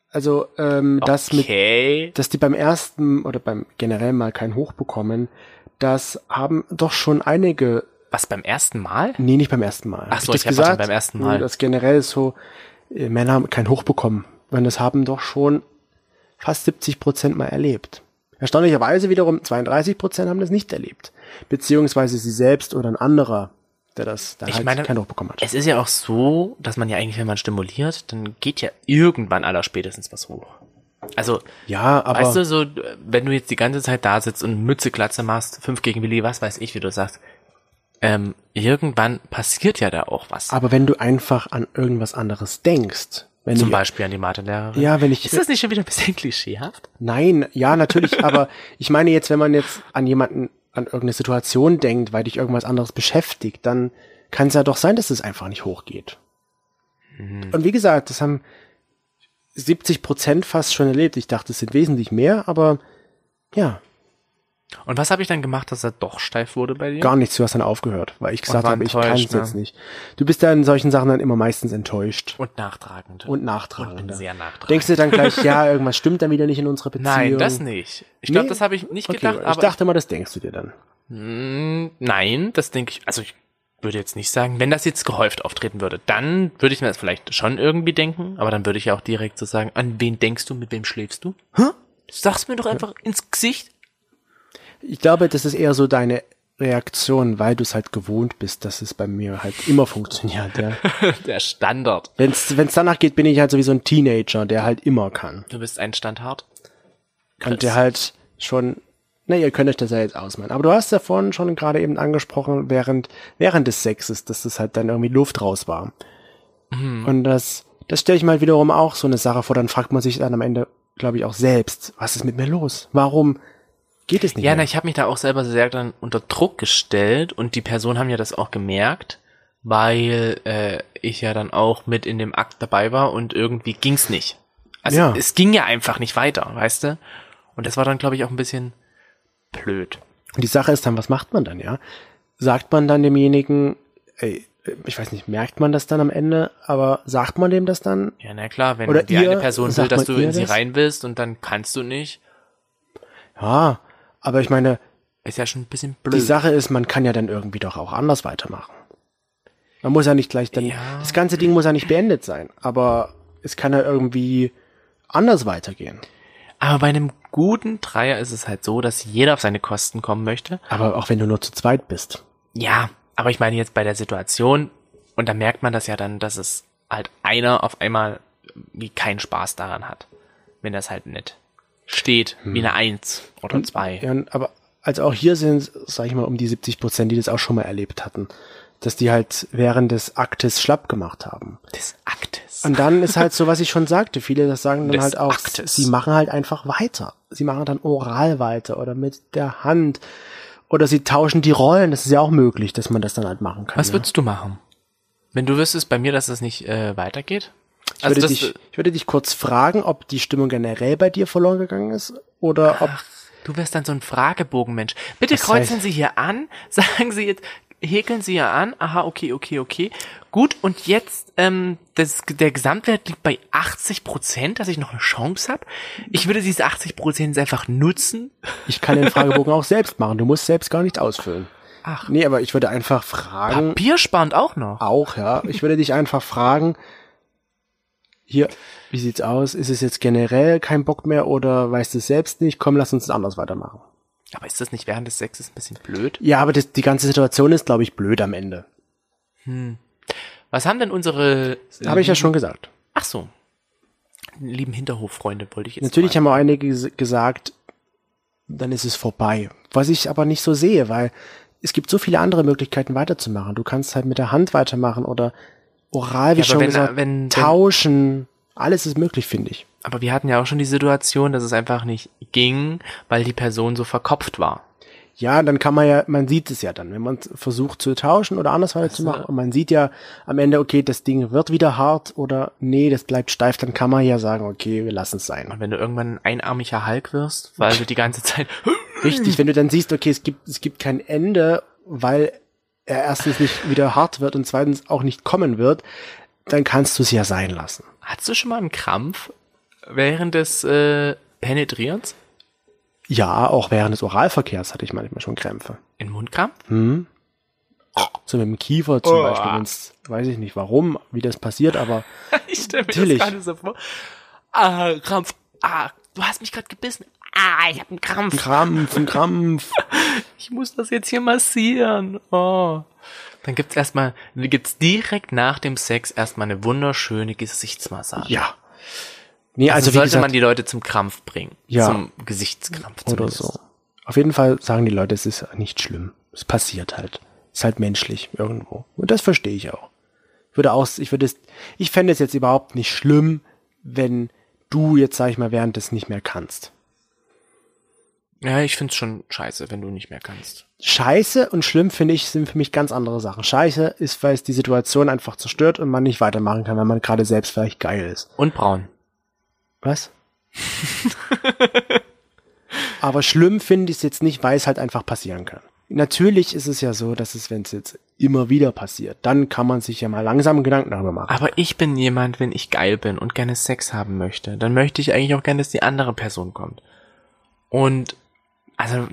[SPEAKER 1] also, ähm, das mit,
[SPEAKER 2] okay.
[SPEAKER 1] dass die beim ersten oder beim generell mal keinen Hoch bekommen, das haben doch schon einige,
[SPEAKER 2] Was beim ersten Mal?
[SPEAKER 1] nee, nicht beim ersten Mal. Hab
[SPEAKER 2] so,
[SPEAKER 1] das
[SPEAKER 2] ich hab verstanden, beim ersten Mal.
[SPEAKER 1] Das generell ist so, äh, Männer haben keinen Hoch bekommen. Und das haben doch schon fast 70 Prozent mal erlebt. Erstaunlicherweise wiederum 32 Prozent haben das nicht erlebt. Beziehungsweise sie selbst oder ein anderer, der das da
[SPEAKER 2] Ich
[SPEAKER 1] halt
[SPEAKER 2] meine,
[SPEAKER 1] keinen Hoch bekommen hat.
[SPEAKER 2] Es ist ja auch so, dass man ja eigentlich, wenn man stimuliert, dann geht ja irgendwann aller spätestens was hoch. Also,
[SPEAKER 1] Ja, aber
[SPEAKER 2] weißt du, so, wenn du jetzt die ganze Zeit da sitzt und Mütze Glatze machst, fünf gegen Willi, was weiß ich, wie du sagst, ähm, irgendwann passiert ja da auch was.
[SPEAKER 1] aber wenn du einfach an irgendwas anderes denkst, wenn
[SPEAKER 2] Zum
[SPEAKER 1] du,
[SPEAKER 2] Beispiel an die Mathelehrerin.
[SPEAKER 1] ja, wenn ich
[SPEAKER 2] Ist das nicht schon wieder ein bisschen klischeehaft?
[SPEAKER 1] Nein, ja,
[SPEAKER 2] [laughs]
[SPEAKER 1] natürlich, aber ich meine jetzt, wenn man jetzt an jemanden, an irgendeine Situation denkt, weil dich irgendwas anderes beschäftigt, dann kann es ja doch sein, dass es einfach nicht hochgeht.
[SPEAKER 2] Mhm.
[SPEAKER 1] Und wie gesagt, das haben 70 Prozent fast schon erlebt. Ich dachte, es sind wesentlich mehr, aber ja,
[SPEAKER 2] Und was habe ich dann gemacht, dass er doch steif wurde bei dir?
[SPEAKER 1] gar nichts. Du hast dann aufgehört, weil ich gesagt
[SPEAKER 2] war
[SPEAKER 1] habe, ich kann
[SPEAKER 2] enttäuscht,
[SPEAKER 1] es jetzt
[SPEAKER 2] ne?
[SPEAKER 1] nicht. Du bist ja in solchen Sachen dann immer meistens enttäuscht
[SPEAKER 2] und nachtragend.
[SPEAKER 1] und
[SPEAKER 2] bin
[SPEAKER 1] nachtragend.
[SPEAKER 2] sehr nachtragend.
[SPEAKER 1] Denkst du dann gleich, ja, irgendwas stimmt dann wieder nicht in unserer Beziehung?
[SPEAKER 2] Nein, das nicht. Ich glaube,
[SPEAKER 1] Nee?
[SPEAKER 2] das habe ich nicht
[SPEAKER 1] Okay,
[SPEAKER 2] gedacht,
[SPEAKER 1] ich
[SPEAKER 2] aber
[SPEAKER 1] dachte mal, das denkst du dir dann.
[SPEAKER 2] Mm, Nein, das denke ich, also ich würde jetzt nicht sagen, wenn das jetzt gehäuft auftreten würde, dann würde ich mir das vielleicht schon irgendwie denken, aber dann würde ich ja auch direkt so sagen, an wen denkst du, mit wem schläfst du? Hä? Sag's mir doch einfach ins Gesicht.
[SPEAKER 1] Ich glaube, das ist eher so deine Reaktion, weil du es halt gewohnt bist, dass es bei mir halt immer funktioniert. Ja.
[SPEAKER 2] Der Standard.
[SPEAKER 1] Wenn es danach geht, bin ich halt sowieso ein Teenager, der halt immer kann.
[SPEAKER 2] Du bist ein Standhart.
[SPEAKER 1] Und der halt schon, na, ihr könnt euch das ja jetzt ausmalen. Aber du hast ja vorhin schon gerade eben angesprochen, während, während des Sexes, dass das halt dann irgendwie Luft raus war. Und das, das stelle ich mal wiederum auch so eine Sache vor, dann fragt man sich dann am Ende, glaube ich, auch selbst, was ist mit mir los? Warum geht es nicht
[SPEAKER 2] Ja, na,
[SPEAKER 1] mehr?
[SPEAKER 2] ich habe mich da auch selber sehr dann unter Druck gestellt und die Personen haben ja das auch gemerkt, weil äh, ich ja dann auch mit in dem Akt dabei war und irgendwie ging's nicht. Also
[SPEAKER 1] Ja.
[SPEAKER 2] es ging ja einfach nicht weiter, weißt du? Und das war dann, glaube ich, auch ein bisschen blöd.
[SPEAKER 1] Und die Sache ist dann, was macht man dann, ja? Sagt man dann demjenigen, ey, ich weiß nicht, merkt man das dann am Ende, aber sagt man dem das dann?
[SPEAKER 2] Ja, na klar, wenn
[SPEAKER 1] Oder
[SPEAKER 2] die
[SPEAKER 1] ihr,
[SPEAKER 2] eine Person will,
[SPEAKER 1] sagt
[SPEAKER 2] dass
[SPEAKER 1] man
[SPEAKER 2] du
[SPEAKER 1] ihr
[SPEAKER 2] in sie
[SPEAKER 1] das?
[SPEAKER 2] rein willst und dann kannst du nicht,
[SPEAKER 1] Ja, aber ich meine,
[SPEAKER 2] ist ja schon ein bisschen
[SPEAKER 1] die
[SPEAKER 2] blöd.
[SPEAKER 1] Sache ist, man kann ja dann irgendwie doch auch anders weitermachen. Man muss ja nicht gleich dann,
[SPEAKER 2] Ja.
[SPEAKER 1] das ganze Ding muss ja nicht beendet sein, aber es kann ja irgendwie anders weitergehen.
[SPEAKER 2] Aber bei einem guten Dreier ist es halt so, dass jeder auf seine Kosten kommen möchte.
[SPEAKER 1] Aber auch wenn du nur zu zweit bist.
[SPEAKER 2] Ja, aber ich meine jetzt bei der Situation, Und da merkt man das ja dann, dass es halt einer auf einmal wie keinen Spaß daran hat, wenn das halt nicht steht, wie eine Eins oder zwei.
[SPEAKER 1] Ja, Hm. und- aber also auch hier sind, sag ich mal, um die 70 Prozent, die das auch schon mal erlebt hatten, dass die halt während des Aktes schlapp gemacht haben.
[SPEAKER 2] Des Aktes.
[SPEAKER 1] Und dann ist halt so, was ich schon sagte, viele das sagen dann
[SPEAKER 2] Des
[SPEAKER 1] halt auch,
[SPEAKER 2] Aktes.
[SPEAKER 1] sie machen halt einfach weiter. Sie machen dann oral weiter oder mit der Hand oder sie tauschen die Rollen. Das ist ja auch möglich, dass man das dann halt machen kann.
[SPEAKER 2] Was
[SPEAKER 1] ja.
[SPEAKER 2] würdest du machen? Wenn du wüsstest bei mir, dass das nicht äh, weitergeht?
[SPEAKER 1] Ich
[SPEAKER 2] also
[SPEAKER 1] würde, dich, ich würde dich kurz fragen, ob die Stimmung generell bei dir verloren gegangen ist oder ob
[SPEAKER 2] Du wärst dann so ein Fragebogenmensch. Bitte
[SPEAKER 1] Das
[SPEAKER 2] kreuzen
[SPEAKER 1] heißt-
[SPEAKER 2] Sie hier an, [laughs] sagen Sie jetzt, häkeln Sie hier an. Aha, okay, okay, okay. Gut, und jetzt, ähm, das, der Gesamtwert liegt bei 80 Prozent, dass ich noch eine Chance habe. Ich würde diese 80 Prozent einfach nutzen.
[SPEAKER 1] ich kann den
[SPEAKER 2] [laughs]
[SPEAKER 1] Fragebogen auch selbst machen. Du musst selbst gar nicht ausfüllen.
[SPEAKER 2] Ach,
[SPEAKER 1] Nee, aber ich würde einfach fragen,
[SPEAKER 2] Papier sparend auch noch.
[SPEAKER 1] auch, ja. Ich würde dich einfach fragen, hier, wie sieht's aus? Ist es jetzt generell kein Bock mehr oder weißt du es selbst nicht? Komm, lass uns anders weitermachen.
[SPEAKER 2] Aber ist das nicht während des Sexes ein bisschen blöd?
[SPEAKER 1] Ja, aber das, die ganze Situation ist, glaube ich, blöd am Ende.
[SPEAKER 2] Was haben denn unsere...
[SPEAKER 1] Habe
[SPEAKER 2] Mhm.
[SPEAKER 1] ich ja schon gesagt.
[SPEAKER 2] Ach so. Lieben Hinterhoffreunde wollte ich jetzt
[SPEAKER 1] Natürlich
[SPEAKER 2] mal.
[SPEAKER 1] haben auch einige ges- gesagt, dann ist es vorbei. Was ich aber nicht so sehe, weil es gibt so viele andere Möglichkeiten weiterzumachen. Du kannst halt mit der Hand weitermachen oder oral, wie
[SPEAKER 2] Ja, aber
[SPEAKER 1] schon
[SPEAKER 2] wenn-
[SPEAKER 1] gesagt,
[SPEAKER 2] wenn- wenn-
[SPEAKER 1] tauschen. Alles ist möglich, finde ich.
[SPEAKER 2] Aber wir hatten ja auch schon die Situation, dass es einfach nicht ging, weil die Person so verkopft war.
[SPEAKER 1] Ja, dann kann man ja, man sieht es ja dann, wenn man versucht zu tauschen oder anders weiter zu machen und man sieht ja am Ende, okay, das Ding wird wieder hart oder nee, das bleibt steif, dann kann man ja sagen, okay, wir lassen es sein.
[SPEAKER 2] Und wenn du irgendwann ein einarmiger Hulk wirst, weil du die [laughs] ganze Zeit [gasps]
[SPEAKER 1] Richtig, wenn du dann siehst, okay, es gibt, es gibt kein Ende, weil er erstens nicht wieder hart wird und zweitens auch nicht kommen wird, dann kannst du es ja sein lassen.
[SPEAKER 2] Hattest du schon mal einen Krampf während des äh, Penetrierens?
[SPEAKER 1] Ja, auch während des Oralverkehrs hatte ich manchmal schon Krämpfe.
[SPEAKER 2] Ein Mundkrampf?
[SPEAKER 1] So mit dem Kiefer zum
[SPEAKER 2] Oh.
[SPEAKER 1] Beispiel, wenn's, weiß ich nicht warum, wie das passiert, aber
[SPEAKER 2] [laughs] Ich stelle mir
[SPEAKER 1] Natürlich.
[SPEAKER 2] das gerade so vor. Ah, Krampf. Ah, du hast mich gerade gebissen. Ah, ich habe einen Krampf.
[SPEAKER 1] Krampf, ein Krampf.
[SPEAKER 2] Ich muss das jetzt hier massieren. Oh. Dann gibt's erstmal gibt's direkt nach dem Sex erstmal eine wunderschöne Gesichtsmassage.
[SPEAKER 1] Ja. Nee,
[SPEAKER 2] Also,
[SPEAKER 1] also, wie
[SPEAKER 2] sollte
[SPEAKER 1] gesagt,
[SPEAKER 2] man die Leute zum Krampf bringen.
[SPEAKER 1] Ja.
[SPEAKER 2] Zum Gesichtskrampf
[SPEAKER 1] oder
[SPEAKER 2] zumindest.
[SPEAKER 1] so. Auf jeden Fall sagen die Leute, es ist nicht schlimm. Es passiert halt. Ist halt menschlich irgendwo. Und das verstehe ich auch. Ich würde auch, ich würde es, ich fände es jetzt überhaupt nicht schlimm, wenn du jetzt, sag ich mal, während des nicht mehr kannst.
[SPEAKER 2] Ja, ich find's schon scheiße, wenn du nicht mehr kannst.
[SPEAKER 1] Scheiße und schlimm finde ich, sind für mich ganz andere Sachen. Scheiße ist, weil es die Situation einfach zerstört und man nicht weitermachen kann, weil man gerade selbst vielleicht geil ist.
[SPEAKER 2] Und braun.
[SPEAKER 1] Was? Aber schlimm finde ich es jetzt nicht, weil es halt einfach passieren kann. Natürlich ist es ja so, dass es, wenn es jetzt immer wieder passiert, dann kann man sich ja mal langsam Gedanken darüber machen.
[SPEAKER 2] Aber ich bin jemand, wenn ich geil bin und gerne Sex haben möchte, dann möchte ich eigentlich auch gerne, dass die andere Person kommt. Und also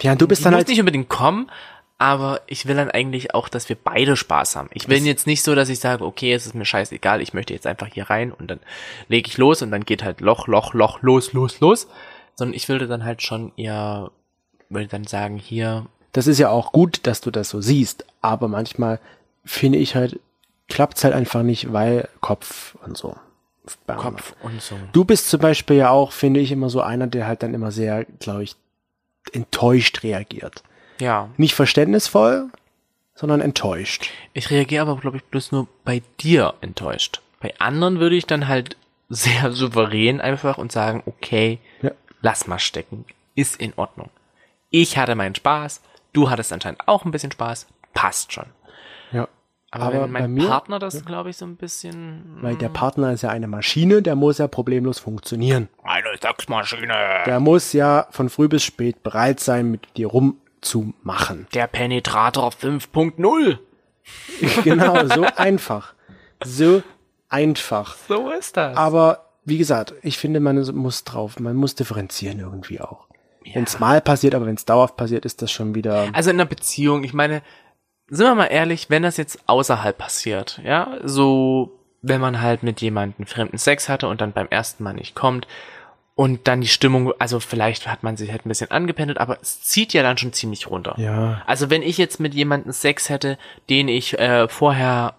[SPEAKER 1] Ja, du
[SPEAKER 2] die
[SPEAKER 1] bist dann
[SPEAKER 2] muss
[SPEAKER 1] halt,
[SPEAKER 2] nicht unbedingt kommen, aber ich will dann eigentlich auch, dass wir beide Spaß haben. Ich will jetzt nicht so, dass ich sage, okay, es ist mir scheißegal, ich möchte jetzt einfach hier rein und dann lege ich los und dann geht halt Loch, Loch, Loch, los, los, los. Sondern ich würde dann halt schon eher, würde dann sagen, hier,
[SPEAKER 1] das ist ja auch gut, dass du das so siehst, aber manchmal finde ich halt, klappt es halt einfach nicht, weil Kopf und so. Bei anderen.
[SPEAKER 2] Kopf und so.
[SPEAKER 1] Du bist zum Beispiel ja auch, finde ich, immer so einer, der halt dann immer sehr, glaube ich, enttäuscht reagiert.
[SPEAKER 2] Ja.
[SPEAKER 1] Nicht verständnisvoll, sondern enttäuscht.
[SPEAKER 2] Ich reagiere aber, glaube ich, bloß nur bei dir enttäuscht. Bei anderen würde ich dann halt [laughs] sehr souverän einfach und sagen, okay,
[SPEAKER 1] Ja.
[SPEAKER 2] lass mal stecken. Ist in Ordnung. Ich hatte meinen Spaß, du hattest anscheinend auch ein bisschen Spaß, passt schon.
[SPEAKER 1] Ja.
[SPEAKER 2] Aber,
[SPEAKER 1] Aber
[SPEAKER 2] wenn
[SPEAKER 1] bei
[SPEAKER 2] mein
[SPEAKER 1] mir-
[SPEAKER 2] Partner das, glaube ich, so ein bisschen.
[SPEAKER 1] Weil der Partner ist ja eine Maschine, der muss ja problemlos funktionieren.
[SPEAKER 2] Eine Sexmaschine.
[SPEAKER 1] Der muss ja von früh bis spät bereit sein, mit dir [laughs] rumzumachen.
[SPEAKER 2] Der Penetrator 5.0.
[SPEAKER 1] genau, so einfach. So einfach.
[SPEAKER 2] So ist das.
[SPEAKER 1] Aber wie gesagt, ich finde, man muss drauf, man muss differenzieren irgendwie auch. Wenn es mal passiert, aber wenn es dauerhaft passiert, ist das schon wieder.
[SPEAKER 2] Also in einer Beziehung, ich meine, sind wir mal ehrlich, wenn das jetzt außerhalb passiert, ja, so wenn man halt mit jemandem fremden Sex hatte und dann beim ersten Mal nicht kommt und dann die Stimmung, also vielleicht hat man sich halt ein bisschen angependelt, aber es zieht ja dann schon ziemlich runter.
[SPEAKER 1] Ja.
[SPEAKER 2] Also wenn ich jetzt mit jemandem Sex hätte, den ich äh, vorher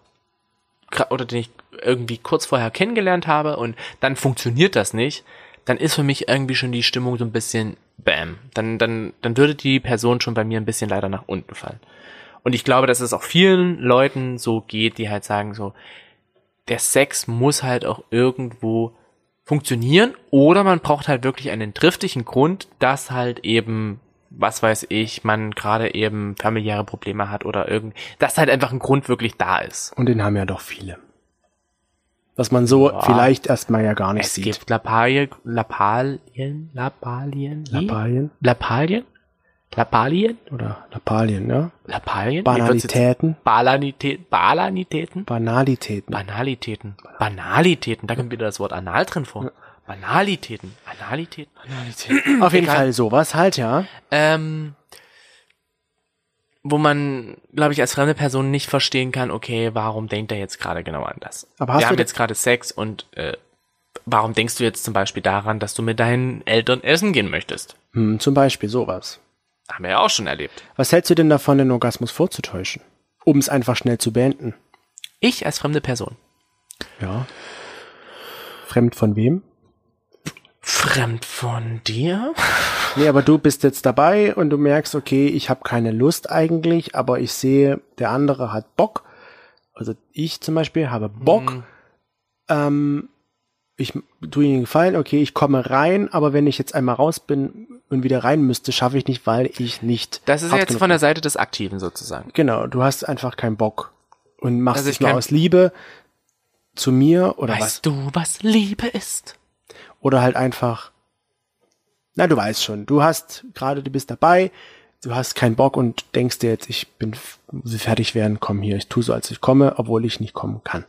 [SPEAKER 2] gra- oder den ich irgendwie kurz vorher kennengelernt habe und dann funktioniert das nicht, dann ist für mich irgendwie schon die Stimmung so ein bisschen bam. Dann, dann, dann würde die Person schon bei mir ein bisschen leider nach unten fallen. Und ich glaube, dass es auch vielen Leuten so geht, die halt sagen so, der Sex muss halt auch irgendwo funktionieren oder man braucht halt wirklich einen triftigen Grund, dass halt eben, was weiß ich, man gerade eben familiäre Probleme hat oder irgend, dass halt einfach ein Grund wirklich da ist.
[SPEAKER 1] Und den haben ja doch viele. Was man so
[SPEAKER 2] Ja.
[SPEAKER 1] vielleicht erstmal ja gar nicht
[SPEAKER 2] es
[SPEAKER 1] sieht.
[SPEAKER 2] gibt Lapalien, Lapalien, Lapalien,
[SPEAKER 1] Lappalien?
[SPEAKER 2] Lapalien, Lapalien,
[SPEAKER 1] Oder Lappalien, ja?
[SPEAKER 2] Lapalien, Mir wird's jetzt-
[SPEAKER 1] Banalitäten?
[SPEAKER 2] Balanität, Balanitäten,
[SPEAKER 1] Banalitäten.
[SPEAKER 2] Banalitäten, Banalitäten, da kommt wieder das Wort Anal drin vor. Banalitäten, Analitäten.
[SPEAKER 1] [clears throat] Banalitäten. Auf jeden
[SPEAKER 2] Egal.
[SPEAKER 1] Fall sowas halt, ja.
[SPEAKER 2] Ähm, wo man, glaube ich, als fremde Person nicht verstehen kann, okay, warum denkt er jetzt gerade genau an das?
[SPEAKER 1] Aber hast
[SPEAKER 2] Wir
[SPEAKER 1] du
[SPEAKER 2] haben
[SPEAKER 1] da-
[SPEAKER 2] jetzt gerade Sex und äh, warum denkst du jetzt zum Beispiel daran, dass du mit deinen Eltern essen gehen möchtest?
[SPEAKER 1] Hm, zum Beispiel sowas.
[SPEAKER 2] Haben wir ja auch schon erlebt.
[SPEAKER 1] Was hältst du denn davon, den Orgasmus vorzutäuschen? Um es einfach schnell zu beenden.
[SPEAKER 2] Ich als fremde Person.
[SPEAKER 1] Ja. Fremd von wem?
[SPEAKER 2] Fremd von dir?
[SPEAKER 1] Nee, aber du bist jetzt dabei und du merkst, okay, ich habe keine Lust eigentlich, aber ich sehe, der andere hat Bock. Also ich zum Beispiel habe Bock. Ähm, ich tue ihm einen Gefallen, okay, ich komme rein, aber wenn ich jetzt einmal raus bin und wieder rein müsste, schaffe ich nicht, weil ich nicht.
[SPEAKER 2] Das ist ja
[SPEAKER 1] hart
[SPEAKER 2] jetzt
[SPEAKER 1] genug
[SPEAKER 2] von der Seite des Aktiven sozusagen.
[SPEAKER 1] Genau, du hast einfach keinen Bock und machst
[SPEAKER 2] Also
[SPEAKER 1] es
[SPEAKER 2] ich
[SPEAKER 1] nur
[SPEAKER 2] kann-
[SPEAKER 1] aus Liebe zu mir oder was
[SPEAKER 2] Weißt du, was Liebe ist?
[SPEAKER 1] oder halt einfach na, du weißt schon, du hast gerade du bist dabei, du hast keinen Bock und denkst dir jetzt, ich bin f- will fertig werden, komm hier, ich tu so als ich komme, obwohl ich nicht kommen kann.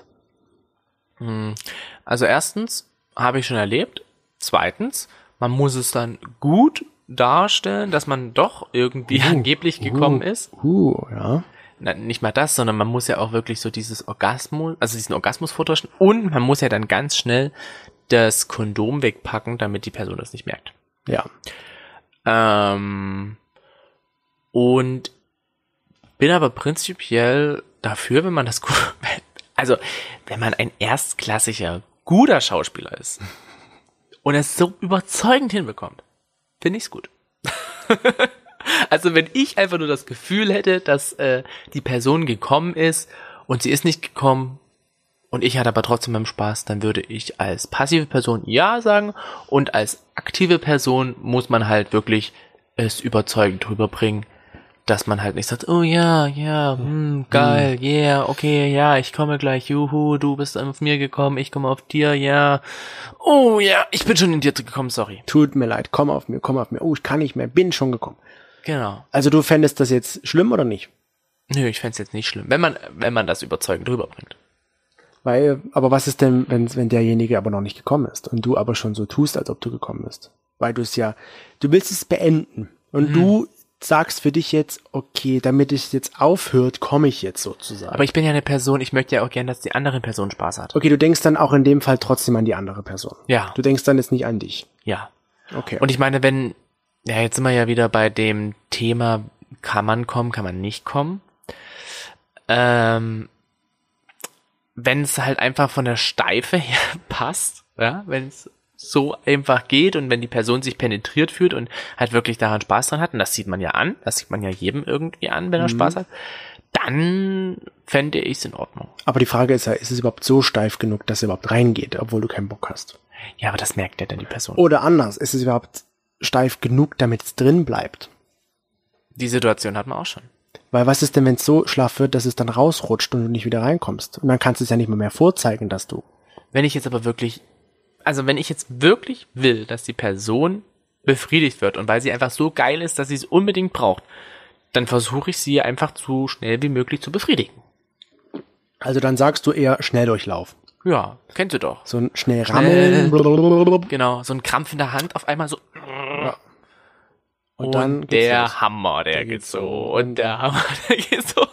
[SPEAKER 2] Also erstens habe ich schon erlebt. Zweitens, man muss es dann gut darstellen, dass man doch irgendwie angeblich gekommen ist.
[SPEAKER 1] Uh, ja.
[SPEAKER 2] Na, nicht mal das, sondern man muss ja auch wirklich so dieses Orgasmus, also diesen Orgasmus vortäuschen und man muss ja dann ganz schnell das Kondom wegpacken, damit die Person das nicht merkt.
[SPEAKER 1] Ja.
[SPEAKER 2] Ähm, und bin aber prinzipiell dafür, wenn man das gut, [laughs] also wenn man ein erstklassiger, guter Schauspieler ist und es so überzeugend hinbekommt, finde ich's gut. [laughs] also wenn ich einfach nur das Gefühl hätte, dass äh, die Person gekommen ist und sie ist nicht gekommen und ich hatte aber trotzdem meinen Spaß, dann würde ich als passive Person ja sagen und als aktive Person muss man halt wirklich es überzeugend rüberbringen, dass man halt nicht sagt, oh ja, ja, hm, geil, yeah, okay, ja, ich komme gleich, juhu, du bist auf mir gekommen, ich komme auf dir, ja, oh ja, ich bin schon in dir gekommen, sorry.
[SPEAKER 1] Tut mir leid, komm auf mir, komm auf mir. Oh, ich kann nicht mehr, bin schon gekommen.
[SPEAKER 2] Genau.
[SPEAKER 1] Also du fändest das jetzt schlimm oder nicht?
[SPEAKER 2] Nö, ich fänd's jetzt nicht schlimm, wenn man, wenn man das überzeugend rüberbringt.
[SPEAKER 1] Weil, aber was ist denn, wenn, wenn derjenige aber noch nicht gekommen ist und du aber schon so tust, als ob du gekommen bist? Weil du es ja, du willst es beenden und
[SPEAKER 2] Mhm.
[SPEAKER 1] du sagst für dich jetzt, okay, damit es jetzt aufhört, komme ich jetzt sozusagen.
[SPEAKER 2] Aber ich bin ja eine Person, ich möchte ja auch gern, dass die andere Person Spaß hat.
[SPEAKER 1] okay, du denkst dann auch in dem Fall trotzdem an die andere Person.
[SPEAKER 2] Ja.
[SPEAKER 1] Du denkst dann jetzt nicht an dich.
[SPEAKER 2] Ja.
[SPEAKER 1] Okay.
[SPEAKER 2] Und ich meine, wenn, ja, jetzt sind wir ja wieder bei dem Thema, kann man kommen, kann man nicht kommen. Ähm, wenn es halt einfach von der Steife [laughs] her passt, ja, wenn es so einfach geht und wenn die Person sich penetriert fühlt und halt wirklich daran Spaß dran hat, und das sieht man ja an, das sieht man ja jedem irgendwie an, wenn er Spaß hat, dann fände ich es in Ordnung.
[SPEAKER 1] aber die Frage ist ja, ist es überhaupt so steif genug, dass es überhaupt reingeht, obwohl du keinen Bock hast?
[SPEAKER 2] Ja, aber das merkt ja dann die Person.
[SPEAKER 1] Oder anders, ist es überhaupt steif genug, damit es drin bleibt?
[SPEAKER 2] Die Situation hat man auch schon.
[SPEAKER 1] Weil was ist denn, wenn es so schlaff wird, dass es dann rausrutscht und du nicht wieder reinkommst? Und dann kannst du es ja nicht mal mehr vorzeigen, dass du.
[SPEAKER 2] Wenn ich jetzt aber wirklich, also wenn ich jetzt wirklich will, dass die Person befriedigt wird und weil sie einfach so geil ist, dass sie es unbedingt braucht, dann versuche ich sie einfach so schnell wie möglich zu befriedigen.
[SPEAKER 1] Also dann sagst du eher Schnelldurchlauf.
[SPEAKER 2] Ja, kennst du doch.
[SPEAKER 1] So ein schnell rammeln.
[SPEAKER 2] Schnell.
[SPEAKER 1] blablabla.
[SPEAKER 2] Genau, so ein Krampf in der Hand, auf einmal so.
[SPEAKER 1] Und dann geht's
[SPEAKER 2] der
[SPEAKER 1] los.
[SPEAKER 2] Hammer, der geht
[SPEAKER 1] geht's
[SPEAKER 2] so.
[SPEAKER 1] so.
[SPEAKER 2] Und der Hammer, [laughs] der geht so.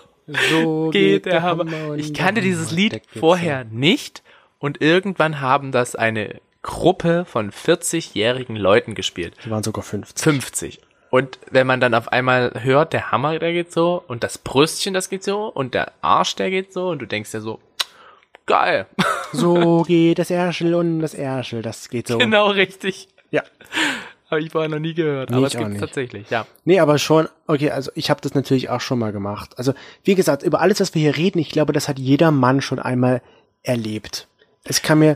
[SPEAKER 1] So
[SPEAKER 2] [laughs] Geht der Hammer.
[SPEAKER 1] und
[SPEAKER 2] Ich
[SPEAKER 1] der
[SPEAKER 2] kannte dieses
[SPEAKER 1] Hammer, der
[SPEAKER 2] Lied
[SPEAKER 1] geht
[SPEAKER 2] vorher nicht und irgendwann haben das eine Gruppe von 40-jährigen Leuten gespielt.
[SPEAKER 1] So. Die waren sogar 50.
[SPEAKER 2] 50. Und wenn man dann auf einmal hört, der Hammer, der geht so, und das Brüstchen, das geht so, und der Arsch, der geht so, und du denkst dir so, Geil.
[SPEAKER 1] So geht das Ärschel und das Ärschel. Das geht so.
[SPEAKER 2] [laughs] genau richtig.
[SPEAKER 1] Ja.
[SPEAKER 2] Habe ich vorher noch nie gehört.
[SPEAKER 1] Nee,
[SPEAKER 2] aber
[SPEAKER 1] ich
[SPEAKER 2] es
[SPEAKER 1] auch
[SPEAKER 2] gibt
[SPEAKER 1] nicht.
[SPEAKER 2] tatsächlich, ja.
[SPEAKER 1] Nee, aber schon, okay, also ich habe das natürlich auch schon mal gemacht. Also, wie gesagt, über alles, was wir hier reden, ich glaube, das hat jeder Mann schon einmal erlebt. Es kann mir,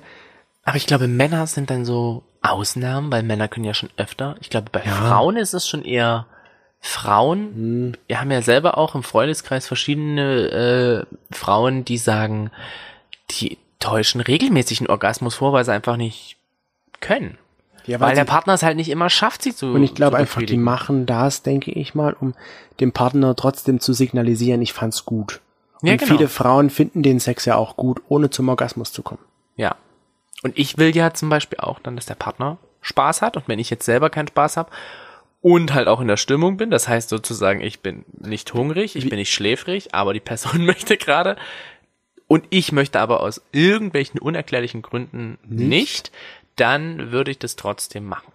[SPEAKER 2] Aber ich glaube, Männer sind dann so Ausnahmen, weil Männer können ja schon öfter. Ich glaube, bei
[SPEAKER 1] Ja.
[SPEAKER 2] Frauen ist es schon eher Frauen. Wir haben ja selber auch im Freundeskreis verschiedene äh, Frauen, die sagen, die täuschen regelmäßig einen Orgasmus vor, weil sie einfach nicht können.
[SPEAKER 1] ja,
[SPEAKER 2] Weil,
[SPEAKER 1] weil
[SPEAKER 2] der
[SPEAKER 1] sie,
[SPEAKER 2] Partner es halt nicht immer schafft, sie zu
[SPEAKER 1] und ich glaube
[SPEAKER 2] zu
[SPEAKER 1] einfach, die
[SPEAKER 2] befriedigen.
[SPEAKER 1] machen das, denke ich mal, um dem Partner trotzdem zu signalisieren, ich fand's gut. Und
[SPEAKER 2] Ja, genau.
[SPEAKER 1] viele Frauen finden den Sex ja auch gut, ohne zum Orgasmus zu kommen.
[SPEAKER 2] Ja. Und ich will ja zum Beispiel auch dann, dass der Partner Spaß hat. Und wenn ich jetzt selber keinen Spaß habe und halt auch in der Stimmung bin, das heißt sozusagen, ich bin nicht hungrig, ich bin nicht schläfrig, aber die Person [laughs] möchte gerade. Und ich möchte aber aus irgendwelchen unerklärlichen Gründen nicht, dann würde ich das trotzdem machen.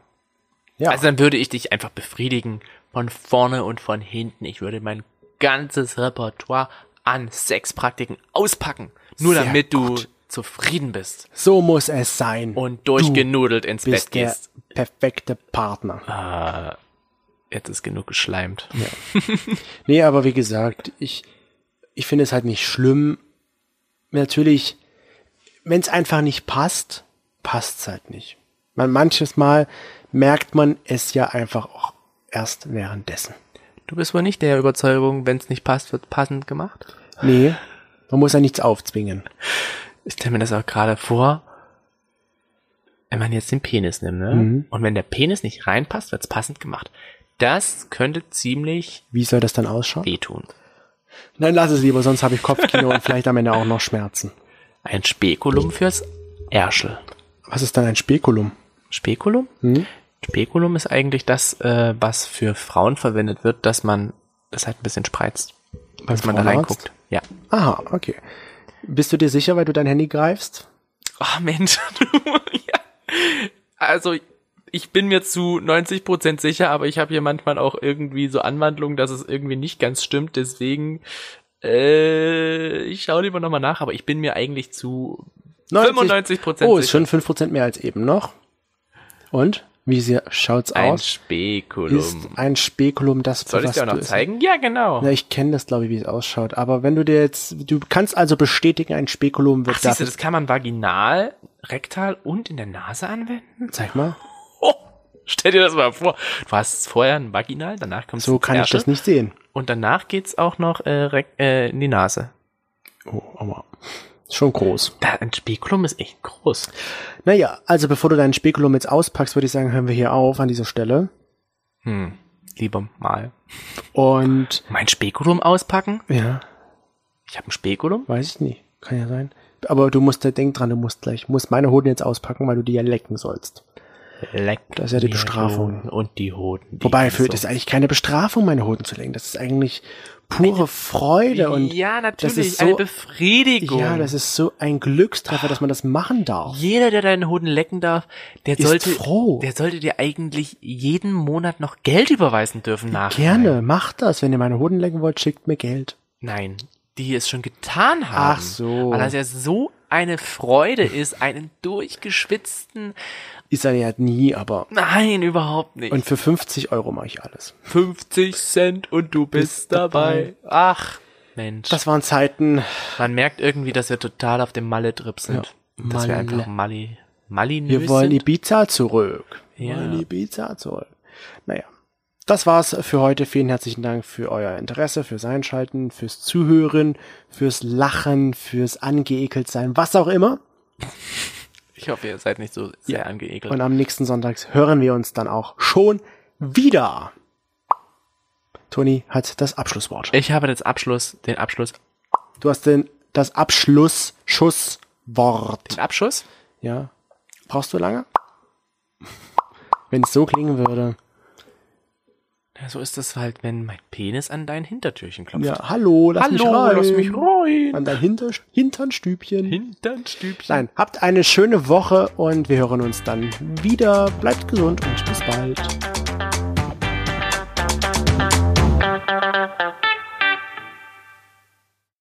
[SPEAKER 1] Ja.
[SPEAKER 2] Also dann würde ich dich einfach befriedigen von vorne und von hinten. Ich würde mein ganzes Repertoire an Sexpraktiken auspacken, nur
[SPEAKER 1] Sehr
[SPEAKER 2] damit du
[SPEAKER 1] gut.
[SPEAKER 2] zufrieden bist
[SPEAKER 1] so muss es sein.
[SPEAKER 2] und durchgenudelt ins
[SPEAKER 1] du bist
[SPEAKER 2] Bett Ah.
[SPEAKER 1] der
[SPEAKER 2] gehst.
[SPEAKER 1] perfekte Partner.
[SPEAKER 2] Jetzt ist genug geschleimt.
[SPEAKER 1] Nee, aber wie gesagt, ich, ich finde es halt nicht schlimm. Natürlich, wenn es einfach nicht passt, passt es halt nicht. Man, manches Mal merkt man es ja einfach auch erst währenddessen.
[SPEAKER 2] Du bist wohl nicht der Überzeugung, wenn es nicht passt, wird passend gemacht.
[SPEAKER 1] Nee, man muss ja nichts aufzwingen.
[SPEAKER 2] Ich stelle mir das auch gerade vor, wenn man jetzt den Penis nimmt, ne?
[SPEAKER 1] Mhm.
[SPEAKER 2] Und wenn der Penis nicht reinpasst, wird's passend gemacht. Das könnte ziemlich
[SPEAKER 1] Wie soll das dann ausschauen?
[SPEAKER 2] wehtun.
[SPEAKER 1] Nein, lass es lieber, sonst habe ich Kopfkino und vielleicht am Ende auch noch Schmerzen.
[SPEAKER 2] Ein Spekulum fürs Ärschel.
[SPEAKER 1] Was ist dann ein Spekulum?
[SPEAKER 2] Spekulum?
[SPEAKER 1] Hm?
[SPEAKER 2] Spekulum ist eigentlich das, äh, was für Frauen verwendet wird, dass man das halt ein bisschen spreizt, dass man da
[SPEAKER 1] Frauenarzt?
[SPEAKER 2] reinguckt. Ja.
[SPEAKER 1] Aha, okay. Bist du dir sicher, weil du dein Handy greifst?
[SPEAKER 2] Ah, Mensch. [laughs] ja. Also, ich bin mir zu 90% sicher, aber ich habe hier manchmal auch irgendwie so Anwandlungen, dass es irgendwie nicht ganz stimmt. Deswegen, äh, ich schaue lieber nochmal nach, aber ich bin mir eigentlich zu 95%
[SPEAKER 1] Oh, ist
[SPEAKER 2] sicher.
[SPEAKER 1] schon 5% mehr als eben noch. Und? Wie sie, schaut's
[SPEAKER 2] Ein
[SPEAKER 1] aus?
[SPEAKER 2] Spekulum.
[SPEAKER 1] Ist ein Spekulum das,
[SPEAKER 2] Soll ich
[SPEAKER 1] was
[SPEAKER 2] dir auch
[SPEAKER 1] du
[SPEAKER 2] noch
[SPEAKER 1] isst?
[SPEAKER 2] zeigen? Ja, genau.
[SPEAKER 1] Na, ich kenne das, glaube ich, wie es ausschaut. Aber wenn du dir jetzt, du kannst also bestätigen, ein Spekulum wird
[SPEAKER 2] Ach, siehst du,
[SPEAKER 1] dafür,
[SPEAKER 2] das kann man vaginal, rektal und in der
[SPEAKER 1] [laughs]
[SPEAKER 2] Nase anwenden?
[SPEAKER 1] zeig mal,
[SPEAKER 2] Oh, stell dir das mal vor. Du hast vorher ein Vaginal, danach kommt
[SPEAKER 1] so kann ich das nicht sehen.
[SPEAKER 2] Und danach geht's auch noch äh, rek- äh, in die Nase.
[SPEAKER 1] Oh, aber ist schon groß.
[SPEAKER 2] Da, ein Spekulum ist echt groß.
[SPEAKER 1] Naja, also bevor du dein Spekulum jetzt auspackst, würde ich sagen, hören wir hier auf an dieser Stelle.
[SPEAKER 2] Hm, lieber mal.
[SPEAKER 1] Und,
[SPEAKER 2] Mein Spekulum auspacken?
[SPEAKER 1] ja,
[SPEAKER 2] Ich habe ein Spekulum?
[SPEAKER 1] weiß ich nicht. Kann ja sein. Aber du musst, äh, denk dran, du musst gleich, musst meine Hoden jetzt auspacken, weil du die ja lecken sollst.
[SPEAKER 2] Leck.
[SPEAKER 1] Das ist ja die
[SPEAKER 2] mir
[SPEAKER 1] Bestrafung.
[SPEAKER 2] Hoden Und die Hoden. Die
[SPEAKER 1] Wobei, für,
[SPEAKER 2] so-
[SPEAKER 1] das ist eigentlich keine Bestrafung, meine Hoden zu lecken. Das ist eigentlich pure Freude und
[SPEAKER 2] Ja, natürlich.
[SPEAKER 1] das ist
[SPEAKER 2] eine
[SPEAKER 1] so-
[SPEAKER 2] Befriedigung.
[SPEAKER 1] Ja, das ist so ein Glückstreffer, dass man das machen darf.
[SPEAKER 2] Jeder, der deinen Hoden lecken darf, der
[SPEAKER 1] Ist
[SPEAKER 2] sollte,
[SPEAKER 1] froh.
[SPEAKER 2] der sollte dir eigentlich jeden Monat noch Geld überweisen dürfen nach.
[SPEAKER 1] Gerne, macht das. Wenn ihr meine Hoden lecken wollt, schickt mir Geld.
[SPEAKER 2] Nein, die es schon getan haben.
[SPEAKER 1] Ach so.
[SPEAKER 2] Weil das ja so eine Freude ist, einen durchgeschwitzten,
[SPEAKER 1] Ist er ja nie, aber.
[SPEAKER 2] nein, überhaupt nicht.
[SPEAKER 1] Und für 50 Euro mache ich alles.
[SPEAKER 2] 50 Cent und du
[SPEAKER 1] Bist dabei.
[SPEAKER 2] Ach, Mensch.
[SPEAKER 1] Das waren Zeiten.
[SPEAKER 2] Man merkt irgendwie, dass wir total auf dem Malle-Trip sind.
[SPEAKER 1] Ja,
[SPEAKER 2] Dass wir
[SPEAKER 1] Malle.
[SPEAKER 2] einfach Mali, Mali
[SPEAKER 1] Wir wollen
[SPEAKER 2] sind.
[SPEAKER 1] Ibiza zurück. Wir
[SPEAKER 2] Ja.
[SPEAKER 1] wollen Ibiza zurück. Naja. Das war's für heute. Vielen herzlichen Dank für euer Interesse, fürs Einschalten, fürs Zuhören, fürs Lachen, fürs Angeekeltsein, was auch immer.
[SPEAKER 2] Ich hoffe, ihr seid nicht so sehr angeekelt.
[SPEAKER 1] Und am nächsten Sonntag hören wir uns dann auch schon wieder. Toni hat das Abschlusswort.
[SPEAKER 2] ich habe das Abschluss, den Abschluss,
[SPEAKER 1] Du hast den, das Abschlussschusswort.
[SPEAKER 2] den Abschuss?
[SPEAKER 1] Ja. Brauchst du lange? [laughs] Wenn es so klingen würde.
[SPEAKER 2] Ja, so ist das halt, wenn mein Penis an dein Hintertürchen klopft.
[SPEAKER 1] Ja, hallo, lass mich
[SPEAKER 2] Hallo,
[SPEAKER 1] rein.
[SPEAKER 2] lass mich rein.
[SPEAKER 1] An dein Hinter Hinternstübchen.
[SPEAKER 2] Hinternstübchen.
[SPEAKER 1] Nein, habt eine schöne Woche und wir hören uns dann wieder. Bleibt gesund und bis bald.